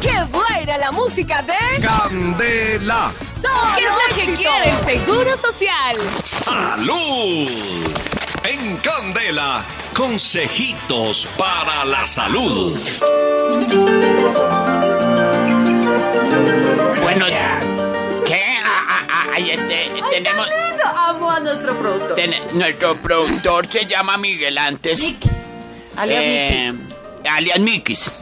¡Qué buena la música de Candela. ¿Qué es lo que quiere el Seguro Social? Salud. En Candela, consejitos para la salud. Bueno, ¿qué? Ah, ah, ah, ahí este, tenemos. lindo! Amo a nuestro productor. ten- nuestro productor se llama Miguel antes. Nick. Alias Nicky. eh, Alias Mikis.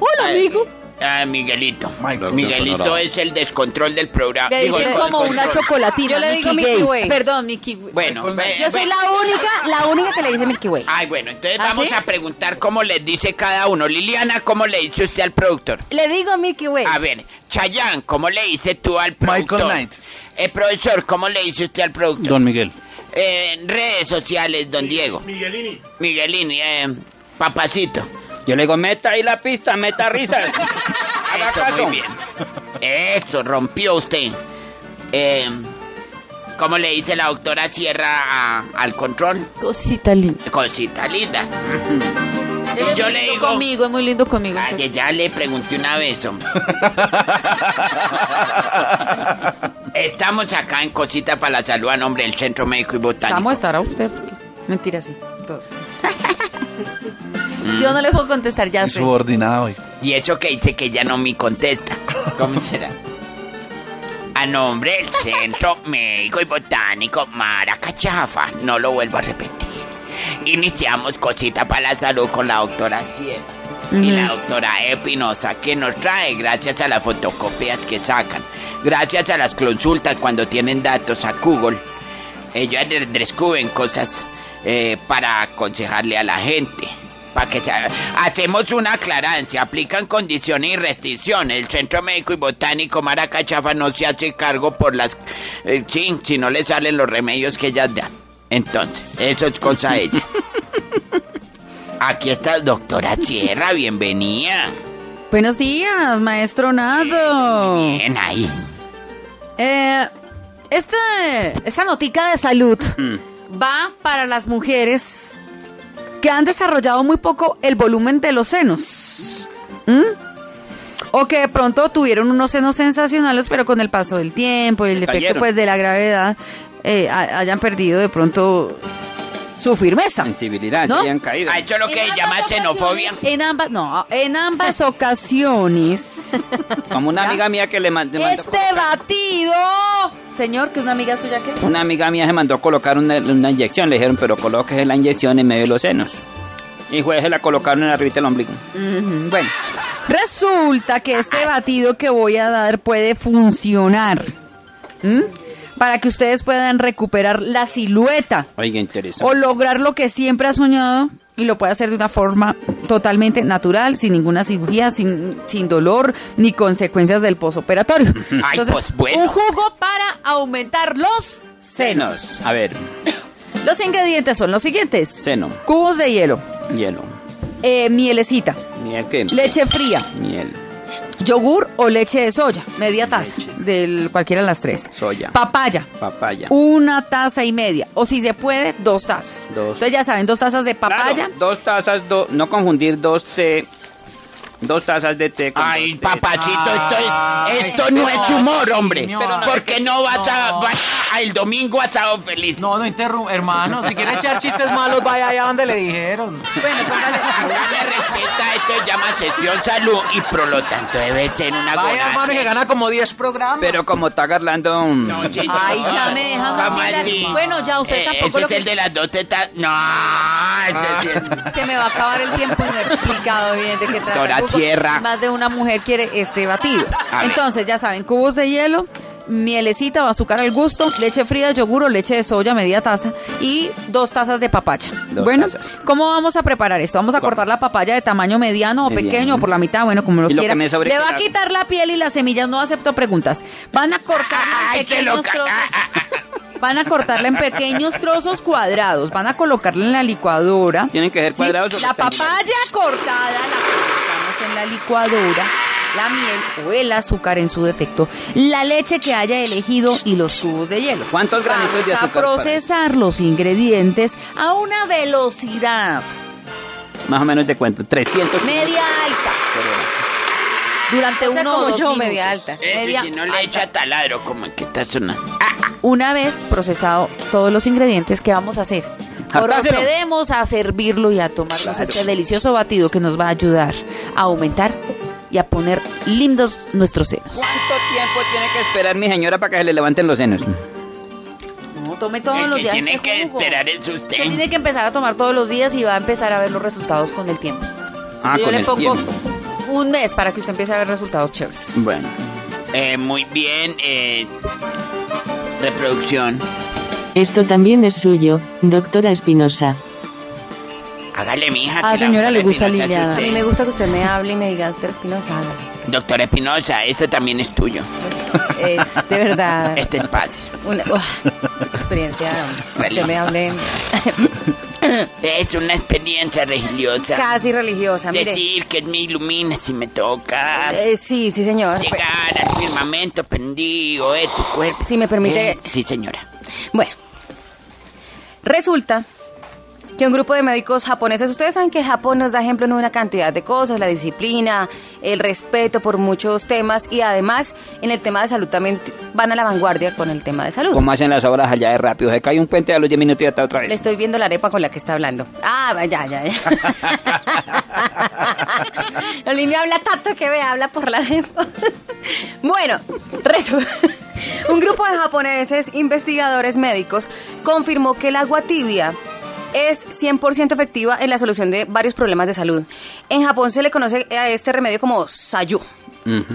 Hola, amigo. Ah, Miguelito. Michael. Miguelito es el descontrol del programa. Le Digo, dicen el como una descontrol. chocolatina. Yo le digo Mickey Mickey Way. Way. Perdón, Mickey Way. Bueno, ve- Yo soy ve- la única, la única que le dice Milky Way. Ay, bueno, entonces ¿Ah, vamos sí? a preguntar cómo les dice cada uno. Liliana, ¿cómo le dice usted al productor? Le digo Milky Way. A ver, Chayanne, ¿cómo le dice tú al Michael productor? Knight. Eh, profesor, ¿cómo le dice usted al productor? Don Miguel. Eh, en redes sociales, don Diego. Miguelini. Miguelini, eh, papacito. Yo le digo, meta ahí la pista, meta risas. Haga Eso, caso. muy bien. Eso, rompió usted. Eh, ¿Cómo le dice la doctora Sierra a- al control? Cosita linda. Cosita linda. Él es yo muy le lindo digo- Conmigo, es muy lindo conmigo. Ay, entonces. ya le pregunté una vez, hombre. Estamos acá en Cosita para la Salud a nombre del Centro Médico y Botánico. Vamos a estar a usted. porque- Mentira, sí. Entonces. Yo no le puedo contestar, ya sé. Insubordinado. y- Y eso que dice que ya no me contesta. ¿Cómo será? A nombre del Centro Médico y Botánico Maracachafa, no lo vuelvo a repetir. Iniciamos cosita para la salud con la doctora Ciel y la doctora Espinosa, que nos trae gracias a las fotocopias que sacan, gracias a las consultas cuando tienen datos a Google. Ellos de- descubren cosas eh, para aconsejarle a la gente. Para que se- Hacemos una aclarancia, aplican condiciones y restricciones. El Centro Médico y Botánico Maracachafa no se hace cargo por las... eh, sí, si no le salen los remedios que ellas dan. Entonces, eso es cosa de ella. Aquí está doctora Sierra, bienvenida. Buenos días, maestro Nado. Bien ahí. Eh, esta, esta notica de salud Mm. va para las mujeres que han desarrollado muy poco el volumen de los senos. ¿Mm? O que de pronto tuvieron unos senos sensacionales, pero con el paso del tiempo y el Se efecto cayeron. pues, de la gravedad, eh, ha- hayan perdido de pronto su firmeza. Sensibilidad, ¿No? sí, han caído. Ha hecho lo que En se llama ambas xenofobia. ocasiones- En ambas, no, en ambas ocasiones. Como una ¿Ya? amiga mía que le man- le mandó. Este batido. Señor, que es una amiga suya que. Una amiga mía se mandó a colocar una, una inyección. Le dijeron, pero colóquese la inyección en medio de los senos. Y juez se la colocaron en arriba del ombligo. Ujú, Bueno, resulta que este batido que voy a dar puede funcionar. ¿m? Para que ustedes puedan recuperar la silueta Oiga, interesante. o lograr lo que siempre ha soñado y lo puede hacer de una forma totalmente natural, sin ninguna cirugía, sin, sin dolor ni consecuencias del posoperatorio. Ay, Entonces, pues, bueno. un jugo para aumentar los senos. A ver, Los ingredientes son los siguientes. Seno. Cubos de hielo, hielo. eh, mielecita, Miel que. leche fría, Miel. yogur o leche de soya, media taza, del cualquiera de las tres. Soya. Papaya. Papaya. Una taza y media, o si se puede, dos tazas. Dos. Entonces ya saben, dos tazas de papaya. Claro, dos tazas, do- no confundir dos té. Dos tazas de té. con Ay, dos té. papachito, esto, es- Ay, esto no es humor, hombre. Pero no, Porque no vas a, vas a- el domingo asado feliz. No, no interrumpa, hermano. Si quiere echar chistes malos, vaya allá donde le dijeron. Bueno, pues, póngale. Dame respeta, esto se llama sesión salud y por lo tanto debe ser una Vaya, hermano, que gonaza. gana como 10 programas. Pero como está garlando. mm, Sí, Ay, no. ya me dejan ¿Cómo dormir la- así? Bueno, ya, usted Eh, tampoco ese lo es que- el de las dos tetas. No, ese sí es- Se me va a acabar el tiempo y no he explicado bien de qué trata. Doctora el jugo. Sierra. Más de una mujer quiere este batido. A ver. Entonces, ya saben, cubos de hielo, mielecita o azúcar al gusto, leche fría, yogur o leche de soya, media taza y dos tazas de papaya. Dos bueno, tazas. ¿cómo vamos a preparar esto? Vamos a cortar la papaya de tamaño mediano o Mediano. pequeño o por la mitad, bueno, como lo Y lo quiera. que me sobre Le va a queda- quitar la piel y las semillas, no acepto preguntas. Van a cortarla en Ay, te lo pequeños ca- trozos. ah, ah, Van a cortarla en pequeños trozos cuadrados. Van a colocarla en la licuadora. Tienen que ser Sí, cuadrados o la rectangulares. papaya cortada la colocamos en la licuadora, la miel o el azúcar en su defecto, la leche que haya elegido y los cubos de hielo. ¿Cuántos granitos Vamos de azúcar a procesar los ingredientes a una velocidad Más o menos te cuento. 300. media alta. Pero, durante O sea, uno o como dos yo, minutos. media alta. Media si no le echo a taladro, como que está sonando. Una vez procesado todos los ingredientes, ¿qué vamos a hacer? Hartárselo. Procedemos a servirlo y a tomarnos este delicioso batido que nos va a ayudar a aumentar y a poner lindos nuestros senos. ¿Cuánto tiempo tiene que esperar mi señora para que se le levanten los senos? No, tome todos El los que días tiene este que jugo. esperar es Usted usted. tiene que empezar a tomar todos los días y va a empezar a ver los resultados con el tiempo. Ah, Yo con le el pongo tiempo. un mes para que usted empiece a ver resultados chéveres. Bueno, Eh, muy bien, eh, reproducción. Esto también es suyo, doctora Espinosa. Hágale, mija. A la que la señora le gusta doctora Espinosa Liliana. es A este. mí usted. me gusta que usted me hable y me diga, doctor Espinosa, hágale. Doctora Espinosa, esto también es tuyo. Es de verdad Este espacio. una uah, experiencia. que Usted me hable Es una experiencia religiosa. casi religiosa. Mire, Decir que me ilumina si me toca. Eh, sí, sí, señor. Llegar al firmamento prendido de tu cuerpo. Si me permite- Eh, sí, señora. Bueno, resulta que un grupo de médicos japoneses, ustedes saben que Japón nos da ejemplo en una cantidad de cosas, la disciplina, el respeto por muchos temas y además en el tema de salud también t- van a la vanguardia con el tema de salud. ¿cómo hacen las obras allá de rápido? Se cae un puente a los 10 minutos y ya está otra Le vez. estoy viendo la arepa con la que está hablando. Ah, ya, ya, ya. Olivia habla tanto que me habla por la arepa. Bueno, resu- un grupo de japoneses investigadores médicos confirmó que el agua tibia es 100% efectiva en la solución de varios problemas de salud. En Japón se le conoce a este remedio como sayu.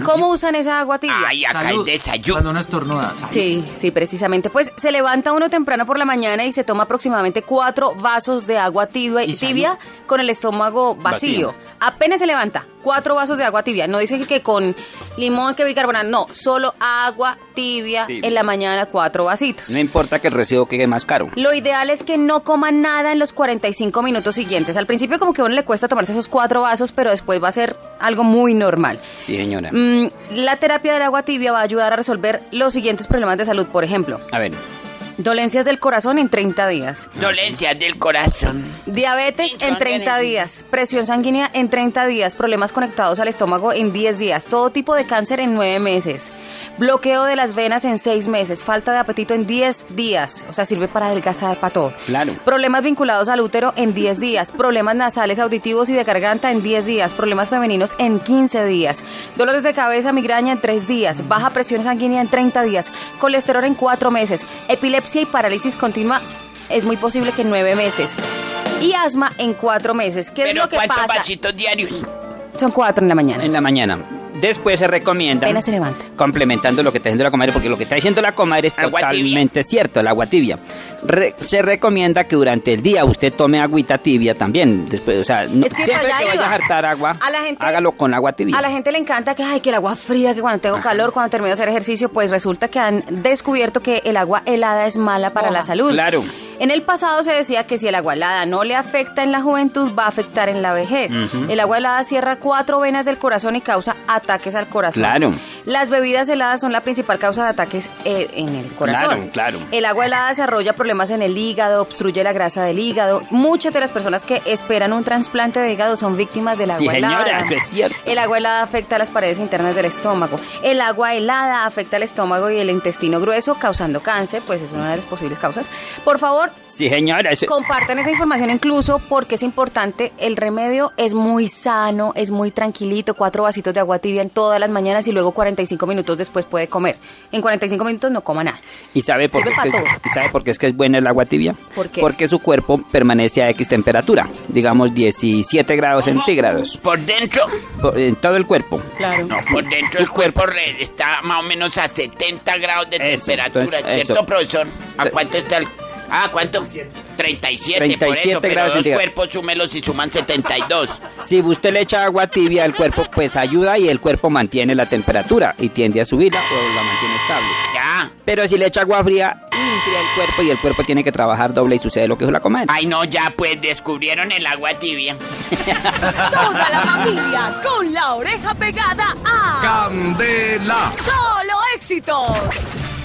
¿Cómo usan esa agua tibia? Ay, acá Salud. hay desayuno. Cuando uno estornuda. salud. Sí, sí, precisamente. Pues se levanta uno temprano por la mañana y se toma aproximadamente cuatro vasos de agua tibia, Y salud. tibia con el estómago vacío. Vacío. Apenas se levanta, cuatro vasos de agua tibia. No dice que- que con limón, que bicarbonato, no, solo agua tibia Tibia. en la mañana, cuatro vasitos. No importa que el recibo quede más caro. Lo ideal es que no coman nada en los 45 minutos siguientes. Al principio como que a uno le cuesta tomarse esos cuatro vasos, pero después va a ser algo muy normal. Sí, señora. Mm, la terapia del agua tibia va a ayudar a resolver los siguientes problemas de salud, por ejemplo. A ver, Dolencias del corazón en 30 días. Dolencias del corazón. Diabetes Sí, en son 30 tenes- días. Presión sanguínea en 30 días. Problemas conectados al estómago en 10 días. Todo tipo de cáncer en 9 meses. Bloqueo de las venas en 6 meses. Falta de apetito en 10 días. O sea, sirve para adelgazar para todo. Claro. Problemas vinculados al útero en 10 días. Problemas nasales, auditivos y de garganta en 10 días. Problemas femeninos en 15 días. Dolores de cabeza, migraña en 3 días. Baja presión sanguínea en 30 días. Colesterol en 4 meses. Epilepsia y parálisis continua es muy posible que en 9 meses. Y asma en 4 meses. ¿Qué Pero es lo que ¿cuántos pasa? vasitos diarios? Son 4 en la mañana. en la mañana. Después se recomienda. Apenas se levanta. Complementando lo que está diciendo la comadre, porque lo que está diciendo la comadre es Agua tibia. totalmente cierto, el agua tibia. Re- se recomienda que durante el día usted tome agüita tibia también. Después, o sea, no- Es que siempre para que allá vaya iba. a hartar agua, A la gente- hágalo con agua tibia. A la gente le encanta que, ay, que el agua fría, que cuando tengo calor, cuando termino de hacer ejercicio, pues resulta que han descubierto que el agua helada es mala para la salud. Claro. En el pasado se decía que si el agua helada no le afecta en la juventud, va a afectar en la vejez. El agua helada cierra cuatro venas del corazón y causa ataques al corazón. Claro. Las bebidas heladas son la principal causa de ataques eh, en el corazón. Claro, claro. El agua helada desarrolla problemas en el hígado, obstruye la grasa del hígado. Muchas de las personas que esperan un trasplante de hígado son víctimas del Sí, agua señora, helada. eso es cierto. El agua helada afecta las paredes internas del estómago. El agua helada afecta el estómago y el intestino grueso, causando cáncer, pues es una de las posibles causas. Por favor, Sí, señora. eso- compartan esa información incluso porque es importante. El remedio es muy sano, es muy tranquilito. Cuatro vasitos de agua tibia en todas las mañanas y luego 45 minutos después puede comer. En 45 minutos no coma nada. ¿Y sabe, por qué Sirve es que, pa' todo. ¿y sabe por qué es que es buena el agua tibia? ¿Por qué? Porque su cuerpo permanece a X temperatura, digamos 17 grados centígrados, Por dentro. por- en todo el cuerpo. Claro. No, por pues, dentro el cuerpo re- está más o menos a 70 grados de Eso, temperatura, entonces, ¿cierto, eso. profesor? ¿A cuánto está el...? Ah, ¿cuánto? 37, por 37 eso, pero grados dos centígrados. cuerpos súmelos y suman 72. Si usted le echa agua tibia al cuerpo, pues ayuda y el cuerpo mantiene la temperatura y tiende a subirla o la mantiene estable. ya. Pero si le echa agua fría, enfría el cuerpo y el cuerpo tiene que trabajar doble y sucede lo que es la comer. Ay, no, ya, pues descubrieron el agua tibia. Toda la familia con la oreja pegada a Candela. Solo Éxitos.